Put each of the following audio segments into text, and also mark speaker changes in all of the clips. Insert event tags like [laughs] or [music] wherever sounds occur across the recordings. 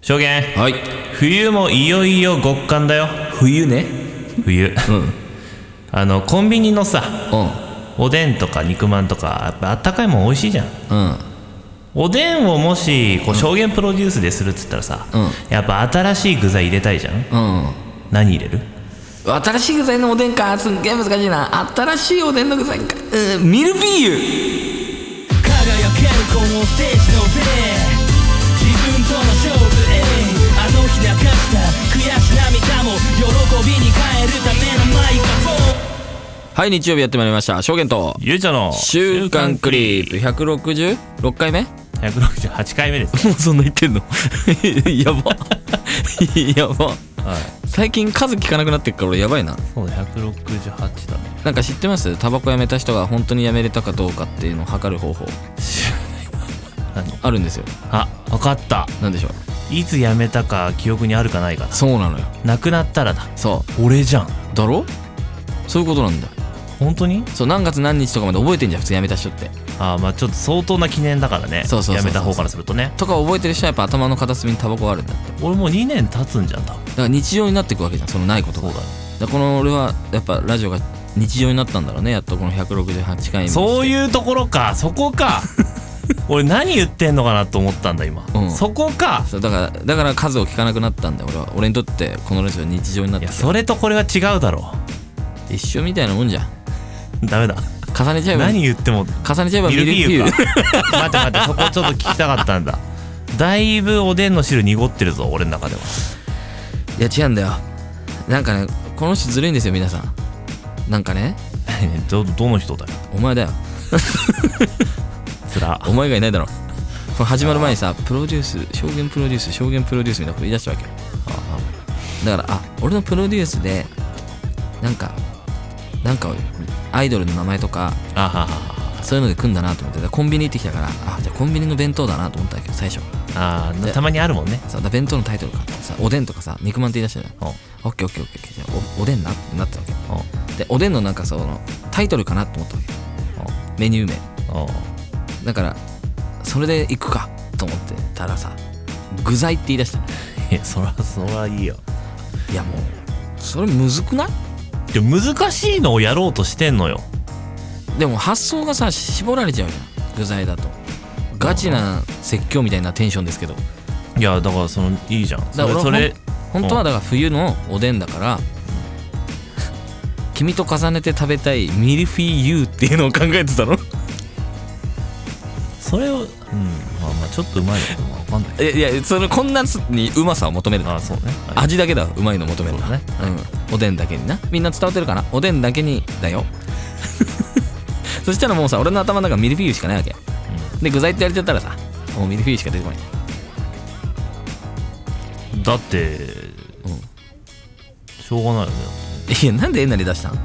Speaker 1: 証言
Speaker 2: はい
Speaker 1: 冬もいよいよ極寒だよ
Speaker 2: 冬ね
Speaker 1: 冬
Speaker 2: うんうん
Speaker 1: [laughs] あのコンビニのさおでんとか肉まんとかやっぱあったかいもん美味しいじゃん
Speaker 2: うん
Speaker 1: おでんをもしこう証言プロデュースでするっつったらさ、
Speaker 2: うん
Speaker 1: やっぱ新しい具材入れたいじゃん
Speaker 2: うん
Speaker 1: 何入れる
Speaker 2: 新しい具材のおでんかすっげえ難しいな新しいおでんの具材か、うん、ミルフィーユ
Speaker 3: 輝けるこのステージの上自分との勝負へあの日泣かした悔し涙も喜びに変えるためのマイクロフォン
Speaker 2: はい日曜日やってまいりました証言と
Speaker 1: ゆうちゃんの
Speaker 2: 週刊クリップ166回目も
Speaker 1: 168回目です
Speaker 2: うそんな言 [laughs] ってんのやばやば
Speaker 1: はい
Speaker 2: 最近数聞かなくなってっから俺やばいな
Speaker 1: [laughs] そうだ168だね
Speaker 2: なんか知ってますタバコやめた人が本当にやめれたかどうかっていうのを測る方法
Speaker 1: 何
Speaker 2: あるんですよ
Speaker 1: あ分かった
Speaker 2: なんでしょう
Speaker 1: いつ辞めたか記憶にあるかないかだ
Speaker 2: そうなのよ
Speaker 1: なくなったらだ
Speaker 2: そ
Speaker 1: 俺じゃん
Speaker 2: うだろそういうことなんだ
Speaker 1: 本当に
Speaker 2: そう何月何日とかまで覚えてんじゃん普通やめた人って
Speaker 1: あーまあちょっと相当な記念だからね
Speaker 2: そうそうそうそう
Speaker 1: 辞めた方からするとね
Speaker 2: とか覚えてる人はやっぱ頭の片隅にタバコがあるんだってだ
Speaker 1: 俺もう2年経つんじゃん多分
Speaker 2: から日常になっていくわけじゃんそのないことが
Speaker 1: そうだね
Speaker 2: だからこの俺はやっぱラジオが日常になったんだろうねやっとこの168回目
Speaker 1: そう
Speaker 2: う
Speaker 1: いうところかそこ
Speaker 2: [laughs]
Speaker 1: か俺何言ってんのかなと思ったんだ今、
Speaker 2: うん
Speaker 1: そこか
Speaker 2: そうだからだから数を聞かなくなったんだよ俺は俺にとってこのラジオは日常になっ
Speaker 1: い
Speaker 2: て
Speaker 1: やそれとこれは違うだろ
Speaker 2: 一緒みたいなもんじゃん
Speaker 1: うダメだ
Speaker 2: 重ねちゃえば
Speaker 1: 何言っても
Speaker 2: 重ねちゃえば
Speaker 1: ミ
Speaker 2: ミ
Speaker 1: ル
Speaker 2: ル
Speaker 1: フィー
Speaker 2: フィー
Speaker 1: ユ
Speaker 2: ユ
Speaker 1: か [laughs] 待って待ってそこちょっと聞きたかったんだだいぶおでんの汁濁ってるぞ俺の中ではい [laughs]
Speaker 2: や違うんだよなんかねこの人ずるいんですよ皆さんなんかね
Speaker 1: どどの人だよ
Speaker 2: お前だよ
Speaker 1: つら
Speaker 2: お前がいないだろこれ始まる前にさプロデュース証言プロデュース証言プロデュースみたいなこと言い出したわけよだからあ俺のプロデュースでなんかなんかアイドルの名前とか
Speaker 1: あははは
Speaker 2: そういうので組んだなと思ってだからコンビニ行ってきたからあじゃあコンビニの弁当だなと思ったけど最初
Speaker 1: あーたまにあるもんね
Speaker 2: さだから弁当のタイトルかさおでんとかさ肉まんって言い出したじゃん
Speaker 1: うん
Speaker 2: オッケーオッケーオッケーオッケーじゃあおおでんなってなったわけ
Speaker 1: うん
Speaker 2: でおでんのなんかそのタイトルかなと思ったわけメニュー名
Speaker 1: うんうん
Speaker 2: だからそれで行くかと思ってたらさ具材って言い出したの
Speaker 1: いやそらそらいいよ
Speaker 2: いやもうそれむずくない
Speaker 1: でも難しいのをやろうとしてんのよ
Speaker 2: でも発想がさ絞られちゃうじゃん具材だとガチな説教みたいなテンションですけど
Speaker 1: いやだからそのいいじゃんそ
Speaker 2: だから
Speaker 1: れ
Speaker 2: 俺
Speaker 1: それ
Speaker 2: ほん本当はだから冬のおでんだから君と重ねて食べたいミルフィーユっていうのを考えてたの
Speaker 1: それをうんまあまあちょっとうまいのかなわかんない
Speaker 2: いやいやそのこんなにうまさを求める
Speaker 1: ああそうねあ
Speaker 2: 味だけだうまいの求めるの
Speaker 1: そうだ
Speaker 2: ね
Speaker 1: ね、
Speaker 2: うん、おでんだけになみんな伝わってるかなおでんだけにだよ [laughs] そしたらもうさ俺の頭の中ミルフィーユしかないわけ、で具材ってやれちゃったらさもうミルフィーユしか出てこない
Speaker 1: だってしょうがないよね
Speaker 2: いやなんでえなり出したん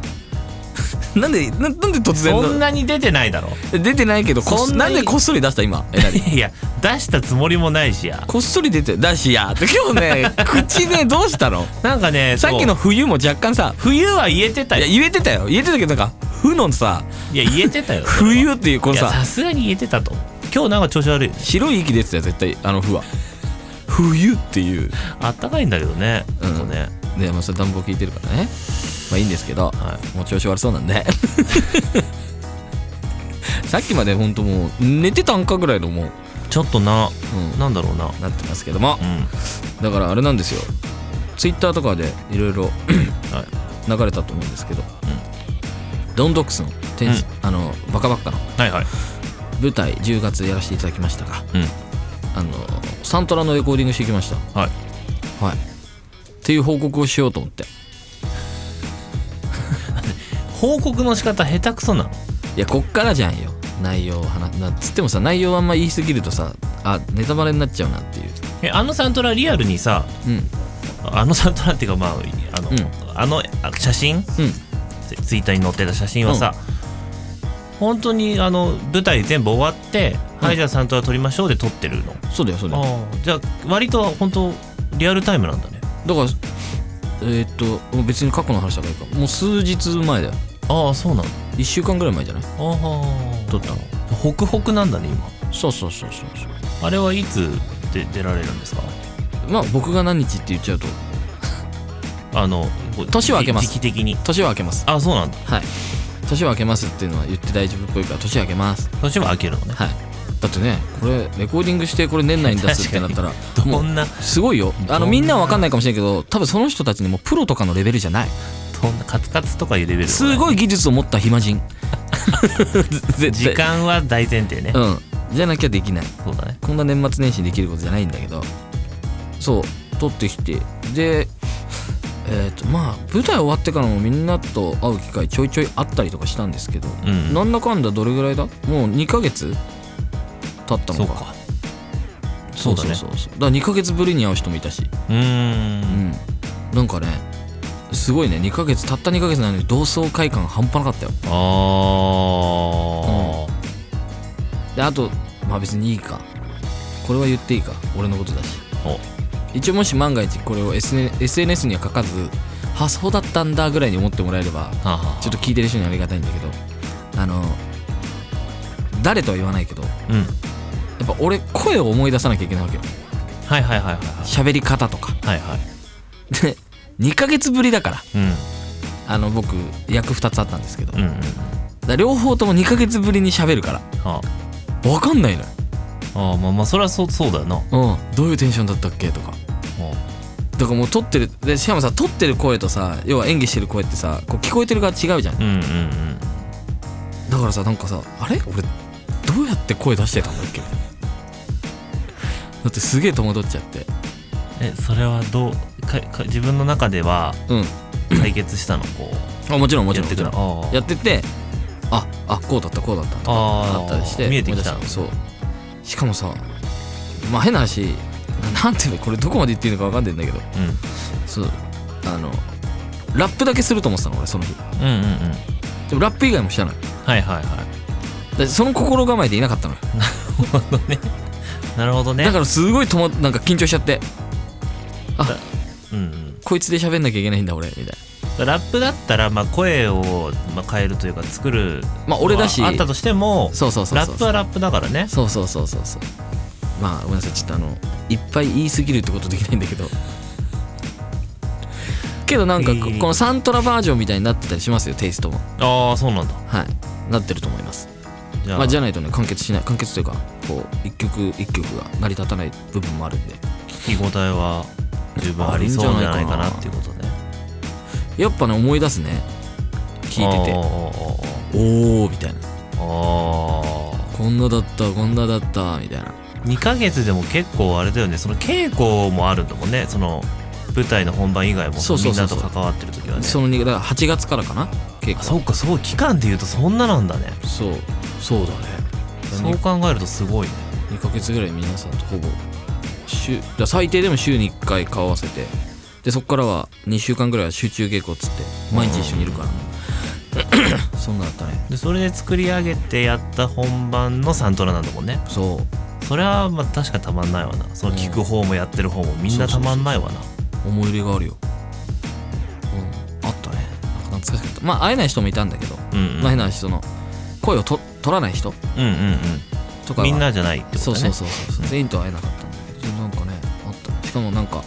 Speaker 2: なん [laughs] でななんで突然の
Speaker 1: そんなに出てないだろ [laughs]
Speaker 2: 出てないけどこっ
Speaker 1: そんな
Speaker 2: な
Speaker 1: に
Speaker 2: んでこっそり出した今えなり
Speaker 1: いや出したつもりもないしや
Speaker 2: こっそり出てだしやって今日
Speaker 1: [laughs]
Speaker 2: ね口ねどうしたの
Speaker 1: なんかね
Speaker 2: さっき
Speaker 1: そう
Speaker 2: の冬も若干さ
Speaker 1: 冬は言えてた
Speaker 2: いや
Speaker 1: よ
Speaker 2: 言えてたよ言えてたけどなんか「ふ」のさ
Speaker 1: いや言えてたよ
Speaker 2: [laughs] 「冬」っていうこ
Speaker 1: い
Speaker 2: の
Speaker 1: や
Speaker 2: さ
Speaker 1: さすがに言えてたと今日なんか調子悪いよね
Speaker 2: 白い息出てたよ絶対あの「ふ」は「冬」っていう
Speaker 1: あったかいんだけどね
Speaker 2: うん
Speaker 1: ちょっとね
Speaker 2: ねまあそれ暖房効いてるからねまあいいんですけど、
Speaker 1: は
Speaker 2: もう調子悪そ
Speaker 1: [laughs]
Speaker 2: うなんでさっきまでほんともう寝てたんかぐらいのもう、
Speaker 1: ちょっとな
Speaker 2: うん、
Speaker 1: なんだろうな
Speaker 2: なってますけども
Speaker 1: うん
Speaker 2: だからあれなんですよツイッターとかでいろいろ
Speaker 1: はい
Speaker 2: 流れたと思うんですけど、ドンドックスの天使、あのバカバッカの
Speaker 1: はいはい
Speaker 2: 舞台10月やらせていただきましたが
Speaker 1: うん
Speaker 2: あのサントラのレコーディングしてきまし
Speaker 1: はい
Speaker 2: たはいっていう報告をしようと思って
Speaker 1: 報告の仕方下手くそなの
Speaker 2: いやこっからじゃんよ内容を話なつってもさ内容あんま言いすぎるとさあネタバレになっちゃうなっていう
Speaker 1: えあのサントラリアルにさ
Speaker 2: うん
Speaker 1: あのサントラっていうかまああの、
Speaker 2: うん
Speaker 1: あのあ写真
Speaker 2: うん
Speaker 1: ツイツイッターに載ってた写真はさ、本当にあの舞台全部終わって、
Speaker 2: うん
Speaker 1: はいじゃあサントラ撮りましょうで撮ってるの、
Speaker 2: そうだよそうだよ
Speaker 1: ああじゃあ割と本当リアルタイムなんだね
Speaker 2: だからえーっともう別に過去の話だからいいかもう数日前だよ
Speaker 1: ああそうなんだ
Speaker 2: 1週間ぐらい前じゃない
Speaker 1: ああ
Speaker 2: 撮ったの
Speaker 1: ホクホクなんだね今
Speaker 2: そうそうそうそうそう
Speaker 1: あれはいつで出られるんですか
Speaker 2: まあ僕が何日って言っちゃうと
Speaker 1: あのこう
Speaker 2: 年は明けます
Speaker 1: 時期的に
Speaker 2: 年は明けます
Speaker 1: あそうなんだ
Speaker 2: はい年は明けますっていうのは言って大丈夫っぽいから年は明けます
Speaker 1: 年は明けるのね
Speaker 2: はいだってねこれレコーディングしてこれ年内に出すって
Speaker 1: [laughs]
Speaker 2: なったら
Speaker 1: どんな
Speaker 2: すごいよあのみんなは分かんないかもしれないけど多分その人たちにもプロとかのレベルじゃない
Speaker 1: どんなカツカツとかいうレベル
Speaker 2: すご
Speaker 1: い
Speaker 2: い技術を持った暇人絶対
Speaker 1: 時間は大前提ね、
Speaker 2: うんじゃなきゃできない
Speaker 1: そうだね
Speaker 2: こんな年末年始にできることじゃないんだけどそう撮ってきてでえっ、とまあ舞台終わってからもみんなと会う機会ちょいちょいあったりとかしたんですけど、
Speaker 1: うん
Speaker 2: なんだかんだどれぐらいだもう2ヶ月経った
Speaker 1: そ
Speaker 2: の
Speaker 1: う
Speaker 2: か
Speaker 1: か
Speaker 2: そうそうそうそうだから2ヶ月ぶりに会う人もいたし
Speaker 1: うー
Speaker 2: うんんなんかねすごいね2ヶ月たった2ヶ月なのに同窓会感半端なかったよ
Speaker 1: ああ、
Speaker 2: であとまあ別にいいかこれは言っていいか俺のことだし
Speaker 1: お
Speaker 2: 一応もし万が一これを SN SNS には書かず「あそうだったんだ」ぐらいに思ってもらえれば
Speaker 1: はあ、はあ、
Speaker 2: ちょっと聞いてる人にありがたいんだけどあの誰とは言わないけどや
Speaker 1: うん
Speaker 2: っぱ俺声を思い出さなきゃいけないわけよ
Speaker 1: はいはいはいはい
Speaker 2: 喋り方とか
Speaker 1: はいはいはい
Speaker 2: で2ヶ月ぶりだから
Speaker 1: うん
Speaker 2: あの僕役2つあったんですけどだか
Speaker 1: うんうん
Speaker 2: ら両方とも2ヶ月ぶりに喋るから
Speaker 1: は
Speaker 2: 分かんないのよ
Speaker 1: あああまあまあそれはそうそうだよな、
Speaker 2: うんどういうテンションだったっけとかだからもう撮ってるでしかもさ撮ってる声とさ要は演技してる声ってさこう聞こえてる側違うじゃん
Speaker 1: うん、うんうんうん
Speaker 2: だからさなんかさあれ俺どうやって声出してたんだっけだってすげえ戸惑っちゃって
Speaker 1: えそれはどうかか自分の中では
Speaker 2: うん
Speaker 1: 解決したのこう
Speaker 2: あもちろんもち
Speaker 1: や
Speaker 2: ろ
Speaker 1: って
Speaker 2: ん
Speaker 1: くる
Speaker 2: もちろん
Speaker 1: ああ
Speaker 2: やっててああこうだったこうだったとか
Speaker 1: あー
Speaker 2: あったりして
Speaker 1: 見えてきた
Speaker 2: 思い出そうしかもさまあ変な話ななんていうのこれどこまで言っていいのか分かんないんだけどそうあのラップだけすると思ってたの俺その日
Speaker 1: うん、うんうんうん
Speaker 2: でもラップ以外もしたのよ
Speaker 1: はいはいは
Speaker 2: でその心構えでいなかったのよ
Speaker 1: いなるほどね
Speaker 2: だからすごいともなんか緊張しちゃって
Speaker 1: うんうん、
Speaker 2: こいつで喋んなきゃいけないんだ俺みたいな
Speaker 1: ラップだったらまあ声をまあ変えるというか作る
Speaker 2: まあ俺だし
Speaker 1: のはあったとしても
Speaker 2: そうそうそうそう
Speaker 1: ラップはラップだからね
Speaker 2: そうそうそうそうそうまあごめんなさいちょっとあのいっぱい言いすぎるってことできないんだけどけどなんかこ
Speaker 1: いいいい
Speaker 2: このサントラバージョンみたいになってたりしますよテイストも
Speaker 1: ああそうなんだ
Speaker 2: はいなってると思います
Speaker 1: じゃあ,、
Speaker 2: まあ、じゃないとね完結しない完結というかこう一曲一曲が成り立たない部分もあるんで
Speaker 1: 聞き応えは十分ありそうじゃないかなっていうことで
Speaker 2: やっぱね思い出すね聞いてて
Speaker 1: あー
Speaker 2: おおみたいな
Speaker 1: あーあー
Speaker 2: こんなだったこんなだったみたいな
Speaker 1: 2ヶ月でも結構あれだよねその稽古もあるんだもんねその舞台の本番以外も
Speaker 2: そうそうそうそ
Speaker 1: み
Speaker 2: う
Speaker 1: んなと関わってる時はね
Speaker 2: その2だから8月からかな結
Speaker 1: あ
Speaker 2: 構
Speaker 1: そっかすごい期間で言うとそんななんだね
Speaker 2: そうそうだね
Speaker 1: そう考えるとすごいね
Speaker 2: 2ヶ月ぐらい皆さんとほぼ週だ最低でも週に1回顔合わせてでそこからは2週間ぐらいは集中稽古っつって毎日一緒にいるから、 [clears throat] そんなんだったね
Speaker 1: でそれで作り上げてやった本番のサントラなんだもんね
Speaker 2: そう
Speaker 1: それはまあ確かたまんないわなその聞く方もやってる方もみんなたまんないわな
Speaker 2: 思い入れがあるよ、うん、あったねなんか懐かしかったまあ会えない人もいたんだけど、
Speaker 1: うんうん
Speaker 2: まあ変な話その声をと取らない人
Speaker 1: うんうん
Speaker 2: と
Speaker 1: う
Speaker 2: か
Speaker 1: ん
Speaker 2: は
Speaker 1: みんなじゃないってこと
Speaker 2: そう
Speaker 1: だ
Speaker 2: そ
Speaker 1: ね
Speaker 2: うそうそう全員とは会えなかったんだけどなんかねあったねしかもなんか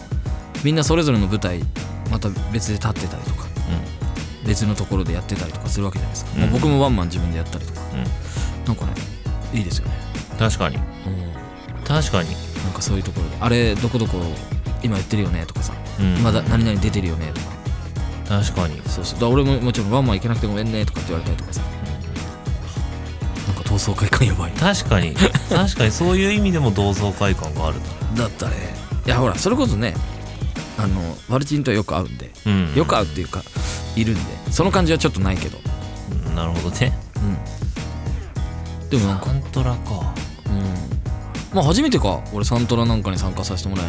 Speaker 2: みんなそれぞれの舞台また別で立ってたりとか別のところでやってたりとかするわけじゃないですか、
Speaker 1: うん
Speaker 2: もう僕もワンマン自分でやったりとか
Speaker 1: うん、う
Speaker 2: なんかねいいですよね、
Speaker 1: ん、確かに
Speaker 2: うん、
Speaker 1: 確かに
Speaker 2: なんかそういうところであれどこどこ今やってるよねとかさ、
Speaker 1: うん
Speaker 2: まだ何々出てるよねとか
Speaker 1: 確かに
Speaker 2: そうそうだから俺ももちろんワンマン行けなくてごめんねとかって言われたりとかさ、なんか同窓会感やばいな
Speaker 1: 確 [laughs] かに確かにそういう意味でも同窓会感があるな
Speaker 2: だったねいやほらそれこそねあのワルチンとはよく会うんで、
Speaker 1: うん
Speaker 2: よく会うっていうかいるんでその感じはちょっとないけど
Speaker 1: うんなるほどね
Speaker 2: うんでもなんか
Speaker 1: サントラか
Speaker 2: うんまあ初めてか俺サントラなんかに参加させてもらえ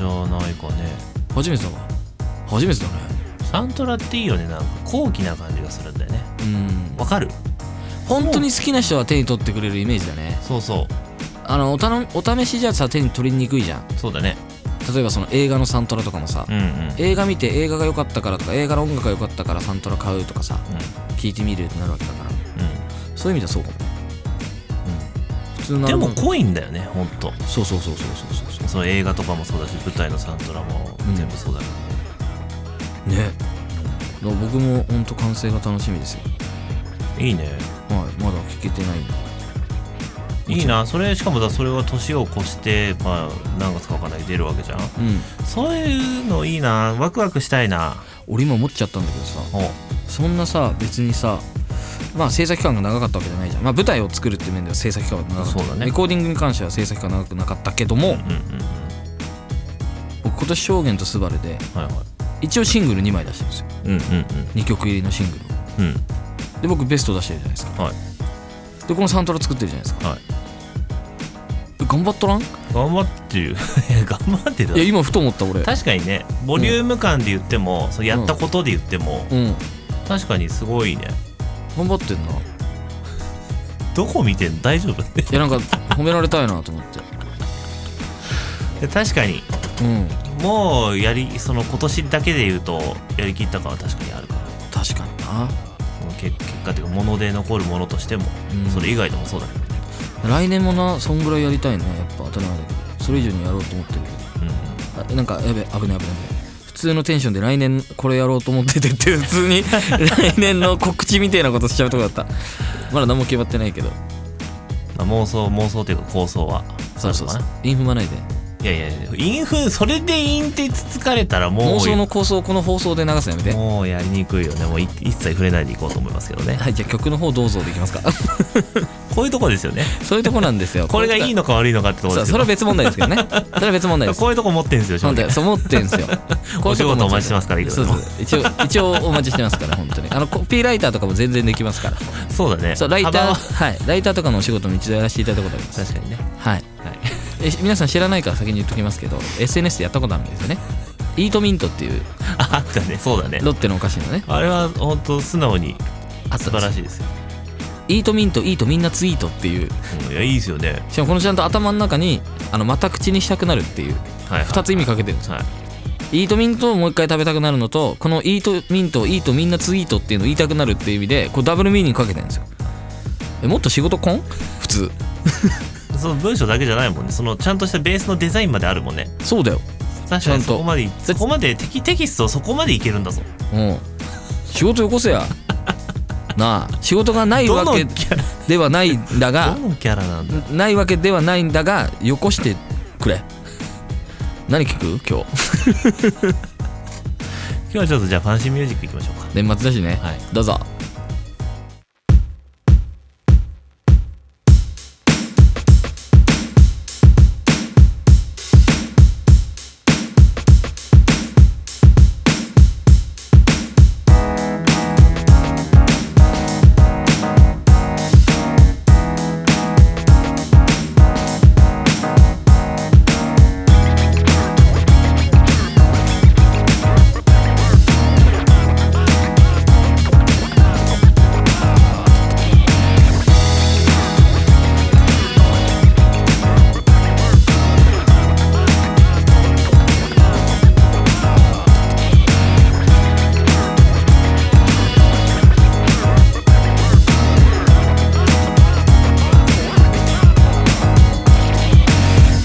Speaker 2: るの
Speaker 1: じゃないかね
Speaker 2: 初めてだわ初めてだね
Speaker 1: サントラっていいよねなんか高貴な感じがするんだよね
Speaker 2: うん
Speaker 1: わかる
Speaker 2: 本当に好きな人は手に取ってくれるイメージだね
Speaker 1: そうそう
Speaker 2: あのおたのお試しじゃさ手に取りにくいじゃん
Speaker 1: そうだね
Speaker 2: 例えばその映画のサントラとかもさ、
Speaker 1: うんうん
Speaker 2: 映画見て映画が良かったからとか映画の音楽が良かったからサントラ買うとかさ聞いてみるってなるわけだから
Speaker 1: うん
Speaker 2: そういう意味ではそうかもね通のア
Speaker 1: で
Speaker 2: ルバ
Speaker 1: も
Speaker 2: ム
Speaker 1: 濃いんだよねほんと
Speaker 2: そうそうそうそうそうそうそ
Speaker 1: その映画とかもそうだし舞台のサントラも全部そうだけど、
Speaker 2: うねだから僕も本当完成が楽しみですよ
Speaker 1: いいね
Speaker 2: はいまだ聞けてないんで
Speaker 1: いいなそれしかもだそれは年を越して、まあ、何月かわかんない出るわけじゃん
Speaker 2: うん
Speaker 1: そういうのいいなワクワクしたいな
Speaker 2: 俺今思っちゃったんだけどさ
Speaker 1: お
Speaker 2: そんなさ別にさまあ制作期間が長かったわけじゃないじゃんまあ舞台を作るって面では制作期間は長かった
Speaker 1: そうだね
Speaker 2: レコーディングに関しては制作期間は長くなかったけども、
Speaker 1: うんうんうん
Speaker 2: 僕今年証言とスバルで
Speaker 1: はいは
Speaker 2: 一応シングル2枚出してるんですよ
Speaker 1: いうんうん
Speaker 2: 2曲入りのシングルを
Speaker 1: うんうん
Speaker 2: で僕ベスト出してるじゃないですか
Speaker 1: はい
Speaker 2: でこのサントラ作ってるじゃないですか
Speaker 1: はい
Speaker 2: え頑張っとらんい
Speaker 1: 頑張ってる [laughs] 頑張って
Speaker 2: や
Speaker 1: る
Speaker 2: 今ふと思った俺
Speaker 1: 確かにねボリューム感で言っても、そうやったことで言っても、
Speaker 2: うん
Speaker 1: 確かにすごいね
Speaker 2: 頑張ってんない
Speaker 1: どこ見てんの大丈 [laughs] 夫
Speaker 2: やなんか褒められたいなと思って
Speaker 1: 確かに
Speaker 2: うん
Speaker 1: もうやりその今年だけで言うとやりきった感は確かにあるから
Speaker 2: 確かにな
Speaker 1: その結結果というかもので残るものとしても、
Speaker 2: うん
Speaker 1: それ以外でもそうだけどね、
Speaker 2: 来年もなそんぐらいやりたいねやっぱ当たり前だけどそれ以上にやろうと思ってる
Speaker 1: うん、
Speaker 2: けどあなんかやべえ危ない危ない危ない普通のテンションで来年これやろうと思っててって普 [laughs] 通に来年の告知みたいなことしちゃうとこだったまだ何も決まってないけど
Speaker 1: まあ妄想妄想というか構想は
Speaker 2: そうそう
Speaker 1: あ
Speaker 2: そ
Speaker 1: るの
Speaker 2: う
Speaker 1: か
Speaker 2: インフ踏まないで
Speaker 1: ないやいやインフそれでインってつつかれたらもう
Speaker 2: 妄想の構想をこの放送で流すのやめて
Speaker 1: もうやりにくいよねもうい一切触れないでいこうと思いますけど
Speaker 2: [laughs]
Speaker 1: ね
Speaker 2: はいじゃあ曲の方どうぞでいきますか
Speaker 1: こういうとこですよね
Speaker 2: そういうとこなんですよ
Speaker 1: これがいい
Speaker 2: の
Speaker 1: のか悪いのかってとこ
Speaker 2: そ
Speaker 1: で
Speaker 2: う
Speaker 1: すよ
Speaker 2: それは別問題ですけどねそれは別問題です
Speaker 1: こういうとこ持ってんですよ正
Speaker 2: 本当
Speaker 1: 直
Speaker 2: にそう思ってんすよこういうとこ
Speaker 1: [laughs] お仕事お待ちしてますからいくら
Speaker 2: そ
Speaker 1: で
Speaker 2: う
Speaker 1: も
Speaker 2: そう一応一応お待ちしてますから本当にあのコピーライターとかも全然できますから
Speaker 1: そうだね
Speaker 2: そうライタ
Speaker 1: 幅
Speaker 2: ー
Speaker 1: は
Speaker 2: はいライターとかのお仕事も一度やらせていただいたことあります
Speaker 1: 確かにね
Speaker 2: はい
Speaker 1: はい [laughs]
Speaker 2: え皆さん知らないから先に言っときますけど SNS でやったことあるんですよねイートミントっていう
Speaker 1: ああったねそうだね
Speaker 2: ロッテのお菓子のね
Speaker 1: あれは本当素直に
Speaker 2: あった
Speaker 1: 素
Speaker 2: ん
Speaker 1: 晴
Speaker 2: です
Speaker 1: らしいですよ、
Speaker 2: イートミントイートみんなツイートっていう
Speaker 1: うんいやいいですよね
Speaker 2: しかもこのちゃんと頭の中にあのまた口にしたくなるっていう
Speaker 1: はい、はい、
Speaker 2: 2つ意味かけてるんですよ
Speaker 1: はい
Speaker 2: イートミントをもう一回食べたくなるのとこのイートミントをイートみんなツイートっていうのを言いたくなるっていう意味でこうダブルミーニングかけてるんですよえもっと仕事こん普通
Speaker 1: その文章だけじゃないもんねそのちゃんとしたベースのデザインまであるもんね
Speaker 2: そうだよ
Speaker 1: 確
Speaker 2: ちゃ
Speaker 1: か
Speaker 2: ん
Speaker 1: に
Speaker 2: と
Speaker 1: そこまで
Speaker 2: だ
Speaker 1: そこまでテキテキストそこまでいけるんだぞ
Speaker 2: うん仕事よこせや [laughs] なあ仕事がない
Speaker 1: ど
Speaker 2: わ
Speaker 1: の
Speaker 2: け
Speaker 1: キャ
Speaker 2: ではないんだ
Speaker 1: ラ
Speaker 2: が
Speaker 1: どのキャラなんだ
Speaker 2: ないわけではないんだがよこしてくれ何聞く今日
Speaker 1: 今日はちょっとじゃあファンシーミュージックいきましょうか
Speaker 2: 年末だしね、
Speaker 1: はい
Speaker 2: どうぞ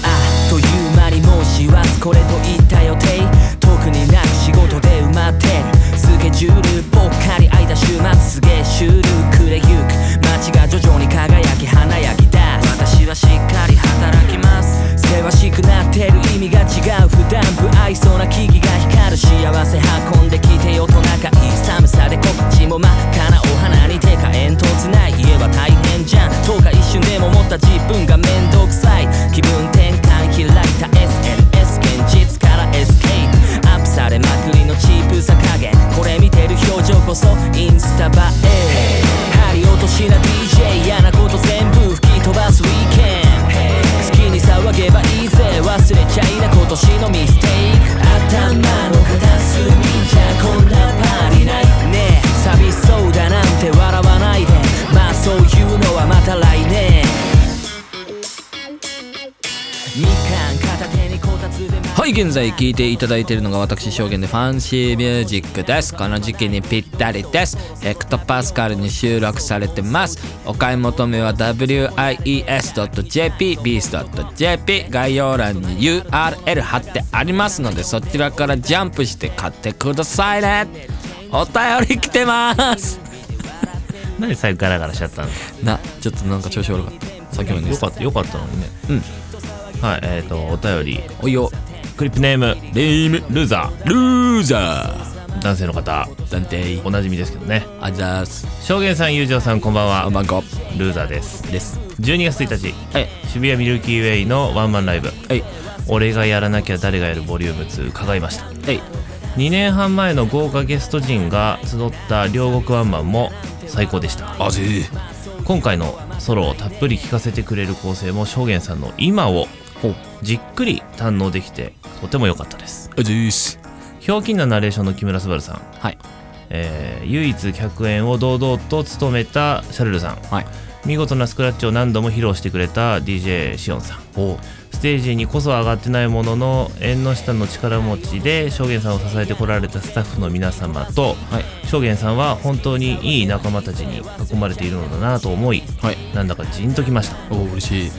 Speaker 3: あっという間にもう師走これといった予定特になく仕事で埋まってるスケジュールぽっかり空いた週末すげえシュール暮れゆく街が徐々に輝き華やぎ出す私はしっかり働きますせわしくなってる意味が違う普段不愛想な木々が光る幸せ運んできてよと仲いい寒さで心地も真っ赤なお花に手か煙突ない家は大変じゃんどうか一瞬でも思った自分が面倒くさい気分転換開いた SNS 現実からエスケープアップされまくりのチープさ加減これ見てる表情こそインスタ映え針落としな DJ 嫌なこと全部吹き飛ばすウィーケン好きに騒げばいいぜ忘れちゃいな今年のミステイク頭の片隅じゃこんなパーリないねえ寂しそうだなんて笑わないでまあそういうのはまた来年みかん片手にこたつ
Speaker 2: は
Speaker 3: で
Speaker 2: いはい現在聴いていただいているのが私証言でファンシーミュージックですこの時期にぴったりですヘクトパスカルに収録されてますお買い求めは wies.jp beast.jp 概要欄に URL 貼ってありますのでそちらからジャンプして買ってくださいねお便り来てます [laughs]
Speaker 1: 何で最後ガラガラしちゃったの
Speaker 2: なちょっとなんか調子悪かったさっきまで
Speaker 1: よ
Speaker 2: です
Speaker 1: かったよかったのにね
Speaker 2: うん
Speaker 1: はいえっ、とお便り
Speaker 2: おいよ
Speaker 1: クリップネームレイムルーザ
Speaker 2: ルーザ
Speaker 1: ー男性の方
Speaker 2: ー暫定
Speaker 1: おなじみですけどね
Speaker 2: あざーす
Speaker 1: 証言さん友情さんこんばん
Speaker 2: あ
Speaker 1: は
Speaker 2: まんこ
Speaker 1: ルーザーです
Speaker 2: です
Speaker 1: 12月1日
Speaker 2: はい
Speaker 1: 渋谷ミルキーウェイのワンマンライブ
Speaker 2: はい
Speaker 1: 俺がやらなきゃ誰がやるボリューム2伺いました
Speaker 2: はい
Speaker 1: 2年半前の豪華ゲスト陣が集った両国ワンマンも最高でした
Speaker 2: あぜー
Speaker 1: 今回のソロをたっぷり聴かせてくれる構成も証言さんの今を
Speaker 2: ほう
Speaker 1: じっくり堪能できてとても良かったです
Speaker 2: あぜーす
Speaker 1: ひょうきんなナレーションの木村昴さん、
Speaker 2: はい
Speaker 1: えー唯一客演を堂々と務めたシャルルさん
Speaker 2: はい
Speaker 1: 見事なスクラッチを何度も披露してくれた DJ シオンさん
Speaker 2: おう
Speaker 1: ステージにこそ上がってないものの縁の下の力持ちで証言さんを支えてこられたスタッフの皆様と
Speaker 2: はい
Speaker 1: 証言さんは本当にいい仲間たちに囲まれているのだなと思い
Speaker 2: はい
Speaker 1: なんだかジーンときました
Speaker 2: おお嬉しい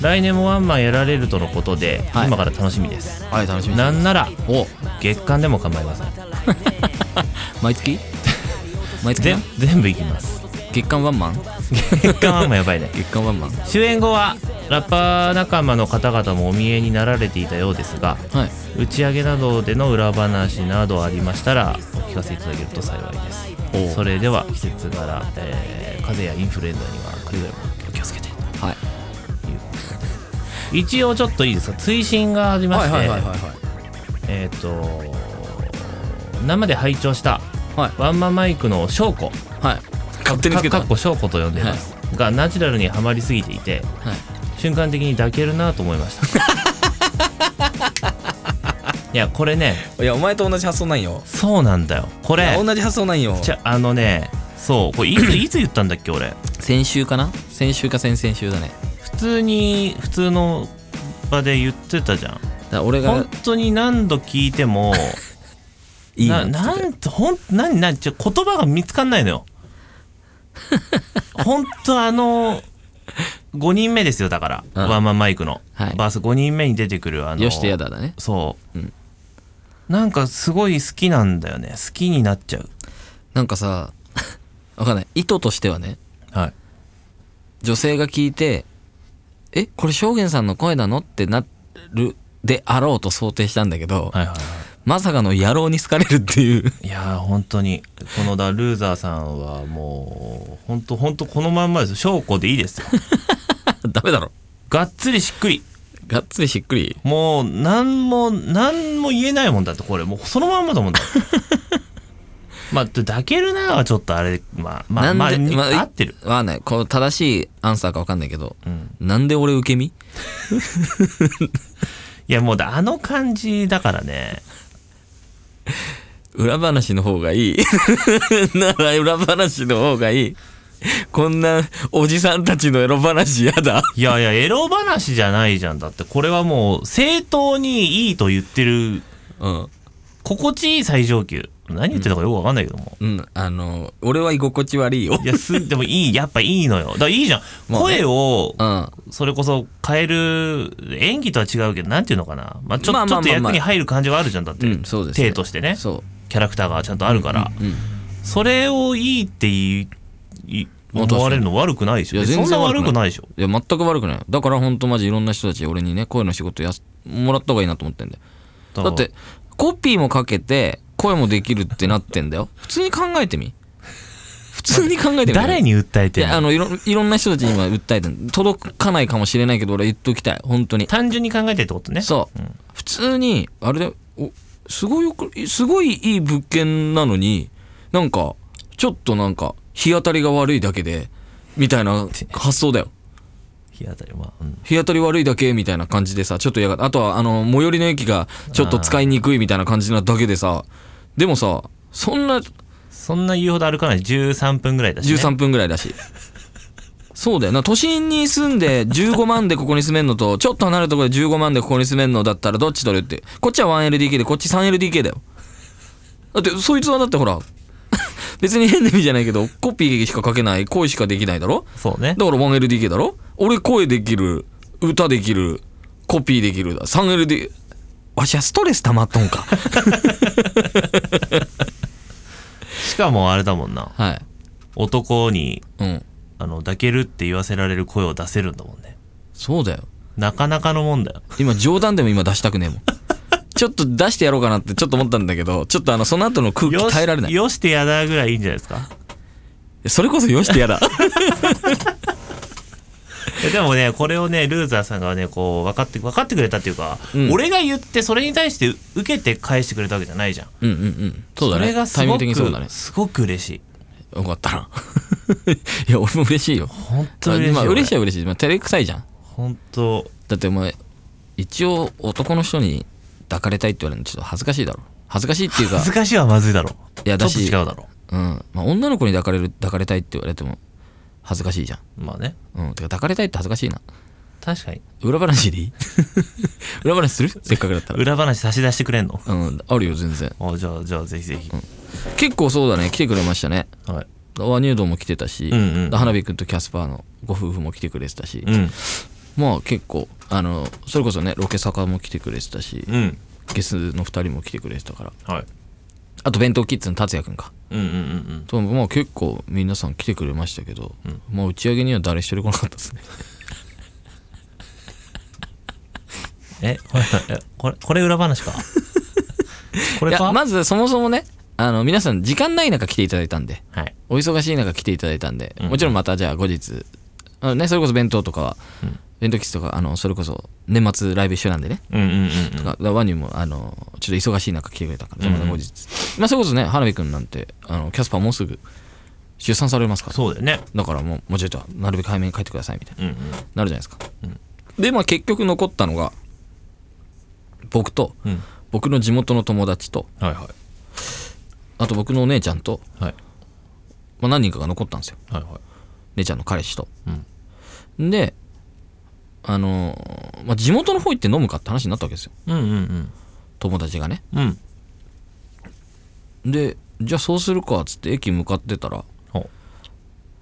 Speaker 1: 来年もワンマンやられるとのことで、
Speaker 2: はい
Speaker 1: 今から楽しみです
Speaker 2: はい楽しみに
Speaker 1: なんなら
Speaker 2: お
Speaker 1: 月間でも構いません
Speaker 2: 毎 [laughs] 月毎月
Speaker 1: ぜ
Speaker 2: な
Speaker 1: 全部いきます
Speaker 2: 月間ワンマン
Speaker 1: 月間ワンマンやばいね
Speaker 2: 月間ワンマンは
Speaker 1: 終演後はラッパー仲間の方々もお見えになられていたようですが
Speaker 2: い
Speaker 1: 打ち上げなどでの裏話などありましたらお聞かせいただけると幸い
Speaker 2: お
Speaker 1: で
Speaker 2: う
Speaker 1: すそれでは季節柄、えー風邪やインフルエンザにはくれぐれもお気をつけて
Speaker 2: はい
Speaker 1: 一応ちょっといいですか追伸がありまして、
Speaker 2: は
Speaker 1: えっ、と生で拝聴した
Speaker 2: はい
Speaker 1: ワンマンマイクの証拠
Speaker 2: はいはい勝手につけた
Speaker 1: かっこ証拠と呼んでいます、がナチュラルにはまりすぎていて
Speaker 2: はい
Speaker 1: 瞬間的に抱けるなと思いました [laughs] いやこれね
Speaker 2: いやお前と同じ発想ないよ
Speaker 1: そうなんだよこ
Speaker 2: い
Speaker 1: れ
Speaker 2: や同じ発想ないよ
Speaker 1: じゃあのねそうこれい [coughs] ついつ言ったんだっけ俺
Speaker 2: 先週かな先週か先々週だね
Speaker 1: 普通に普通の場で言ってたじゃん
Speaker 2: だから俺が
Speaker 1: 本当に何度聞いても
Speaker 2: いい
Speaker 1: な
Speaker 2: な
Speaker 1: なんとほん何何ちょ言葉が見つかんない
Speaker 2: [laughs]
Speaker 1: のよ本当あの5人目ですよだから、
Speaker 2: うん
Speaker 1: ワンマンマイクの、
Speaker 2: はい
Speaker 1: バース5人目に出てくるあの
Speaker 2: よしてやだだね
Speaker 1: そう、
Speaker 2: うん
Speaker 1: なんかすごい好きなんだよね好きになっちゃう
Speaker 2: なんかさ [laughs] わかんない意図としてはね
Speaker 1: はい
Speaker 2: 女性が聞いて「えこれ証言さんの声なの?」ってなるであろうと想定したんだけど、
Speaker 1: はいはい、はい
Speaker 2: まさかの野郎に好かれるっていう [laughs]
Speaker 1: いやー本当にこのだルーザーさんはもう本当本当このまんまです証拠でいい
Speaker 2: [laughs]
Speaker 1: ですよ
Speaker 2: ダメだろ
Speaker 1: がっつりしっくり
Speaker 2: がっつりしっくり
Speaker 1: もう何も何も言えないもんだってこれもうそのまんまだ
Speaker 2: [laughs]
Speaker 1: もんだまあ抱けるなはちょっとあれまあまあまあ、
Speaker 2: なんで
Speaker 1: ま
Speaker 2: まあ
Speaker 1: 合ってる、
Speaker 2: わかんないこの正しいアンサーかわかんないけど
Speaker 1: うん、
Speaker 2: なんで俺受け身
Speaker 1: いやもうだあの感じだからね
Speaker 2: 裏話の方がいい [laughs] なら裏話の方がいいこんなおじさんたちのエロ話やだ
Speaker 1: いやいやエロ話じゃないじゃんだってこれはもう正当にいいと言ってる
Speaker 2: うん
Speaker 1: 心地いい最上級何言ってたかよくわかんないけど
Speaker 2: [laughs]
Speaker 1: も、
Speaker 2: うんあの俺は居心地悪いよ
Speaker 1: いやすでもいいやっぱいいのよだからいいじゃん、
Speaker 2: まあね
Speaker 1: 声を
Speaker 2: うん
Speaker 1: それこそ変える演技とは違うけどなんていうのかな、まあ、ちょ
Speaker 2: まあ
Speaker 1: ちょ
Speaker 2: まあまあまあ
Speaker 1: っと役に入る感じはあるじゃんだって、
Speaker 2: うんそうですね
Speaker 1: 体としてね
Speaker 2: そ
Speaker 1: キャラクターがちゃんとあるから、
Speaker 2: ううん
Speaker 1: それをいいっていい
Speaker 2: まあ
Speaker 1: 思われるの悪くないでし
Speaker 2: い
Speaker 1: ょ
Speaker 2: や
Speaker 1: そ
Speaker 2: 全
Speaker 1: んな
Speaker 2: 然
Speaker 1: 悪
Speaker 2: 悪
Speaker 1: く
Speaker 2: く
Speaker 1: な
Speaker 2: ない
Speaker 1: でしょ
Speaker 2: いや全く悪くないだからほんとマジいろんな人たち俺にね声の仕事やすもらった方がいいなと思ってんだよだ
Speaker 1: から
Speaker 2: ってコピーもかけて声もできるってなってんだよ普通に考えてみ普通に考えてみ
Speaker 1: 誰に訴え
Speaker 2: い
Speaker 1: てん
Speaker 2: やあ
Speaker 1: の
Speaker 2: のいろいろんな人たちに今訴えてん届かないかもしれないけど俺言っときたい本当に
Speaker 1: 単純に考えてってことね
Speaker 2: そう、
Speaker 1: うん
Speaker 2: 普通にあれだよおすごいよくすごいいい物件なのになんかちょっとなんか日当たりが悪いだけでみたいな発想だよ
Speaker 1: 日当たりは、うん
Speaker 2: 日当たり悪いだけみたいな感じでさちょっと嫌があとはあの最寄りの駅がちょっと使いにくいみたいな感じなだけでさでもさそんな
Speaker 1: そんな言うほど歩かない13分ぐらいだし、ね、
Speaker 2: 13分ぐらいだしそうだよな都心に住んで15万でここに住めんのとちょっと離れたところで15万でここに住めんのだったらどっち取るってこっちは 1LDK でこっち 3LDK だよだってそいつはだってほら [laughs] 別に変な意味じゃないけどコピーしか書けない声しかできないだろ
Speaker 1: そうね
Speaker 2: だから 1LDK だろ俺声できる歌できるコピーできるだ 3LDK わしはストレス溜まっとんか
Speaker 1: しかもあれだもんな
Speaker 2: はい
Speaker 1: 男に
Speaker 2: うん
Speaker 1: あの抱けるって言わせられる声を出せるんだもんね
Speaker 2: そうだよ
Speaker 1: なかなかのもんだよ
Speaker 2: 今冗談でも今出したくねえもんちょっと出してやろうかなってちょっと思ったんだけどちょっとあのその後の空気
Speaker 1: よし
Speaker 2: 耐えられない
Speaker 1: よしてやだぐらいいいんじゃないです
Speaker 2: [laughs]
Speaker 1: か
Speaker 2: それこそよして
Speaker 1: [laughs]
Speaker 2: や
Speaker 1: い
Speaker 2: だ
Speaker 1: やでもねこれをねルーザーさんがねこう分かって分かってくれたっていうか、
Speaker 2: うん
Speaker 1: 俺が言ってそれに対して受けて返してくれたわけじゃないじゃん
Speaker 2: うんうんうんそうだね
Speaker 1: れがす
Speaker 2: タイミン
Speaker 1: ご
Speaker 2: グ的に
Speaker 1: く
Speaker 2: そうだね
Speaker 1: すごく嬉しい
Speaker 2: よかったな [laughs] いや俺も嬉しいよ
Speaker 1: 本当嬉しい
Speaker 2: まあ
Speaker 1: 俺
Speaker 2: 嬉しいは嬉しい、まあ、照れくさいじゃん
Speaker 1: 本当
Speaker 2: だってお前一応男の人に抱かれたいって言われるのちょっと恥ずかしいだろ恥ずかしいっていうか
Speaker 1: 恥ずかしいはまずいだろ
Speaker 2: いや
Speaker 1: ちょ
Speaker 2: だ
Speaker 1: っと
Speaker 2: し
Speaker 1: 違うだろ
Speaker 2: うんまあ、女の子に抱かれる抱かれたいって言われても恥ずかしいじゃん
Speaker 1: まあね
Speaker 2: うんてか抱かれたいって恥ずかしいな
Speaker 1: 確かに
Speaker 2: 裏話で
Speaker 1: [laughs]
Speaker 2: いい裏話するせっかくだったら
Speaker 1: 裏話差し出してくれんの
Speaker 2: うんあるよ全然
Speaker 1: あじゃあじゃあぜひぜひ、
Speaker 2: 結構そうだね来てくれましたね
Speaker 1: はい
Speaker 2: ワニュードも来てたし、
Speaker 1: うんうん
Speaker 2: 花火くんとキャスパーのご夫婦も来てくれてたし、
Speaker 1: うん
Speaker 2: まあ結構あのそれこそねロケ坂も来てくれてたし、
Speaker 1: うん
Speaker 2: ゲスの2人も来てくれてたから
Speaker 1: はい
Speaker 2: あと弁当キッズの達也くんか
Speaker 1: うんうんうん
Speaker 2: とまあ結構皆さん来てくれましたけど、
Speaker 1: ん
Speaker 2: まあ打ち上げには誰一人来なかったですね
Speaker 1: うんえ [laughs] これえこれこれ裏話
Speaker 2: [laughs]
Speaker 1: かこ
Speaker 2: い
Speaker 1: れ
Speaker 2: や
Speaker 1: か、
Speaker 2: まずそもそもねあの皆さん時間ない中来ていただいたんで
Speaker 1: はい
Speaker 2: お忙しい中来ていただいたんで、
Speaker 1: うん
Speaker 2: もちろんまたじゃあ後日あのねそれこそ弁当とかは、
Speaker 1: ん
Speaker 2: 弁当キッズとかあのそれこそ年末ライブ一緒なんでね
Speaker 1: うんうんうん
Speaker 2: とかだからワニもあのちょっと忙しい中来てくれたから、また後日まあそれこそね花火くんなんてあのキャスパーもうすぐ出産されますから
Speaker 1: そうだよね
Speaker 2: だからもうもうちょいとなるべく早めに帰ってくださいみたいな
Speaker 1: うんうん
Speaker 2: なるじゃないですか、でまあ結局残ったのが僕と、
Speaker 1: うん
Speaker 2: 僕の地元の友達と
Speaker 1: はいは
Speaker 2: あと僕のお姉ちゃんと、
Speaker 1: いはい
Speaker 2: まあ、何人かが残ったんですよ
Speaker 1: はいはい
Speaker 2: 姉ちゃんの彼氏と、であのーまあ、地元の方行って飲むかって話になったわけですよ
Speaker 1: うんうん
Speaker 2: 友達がね
Speaker 1: うんうん
Speaker 2: でじゃあそうするかっつって駅向かってたら
Speaker 1: ほ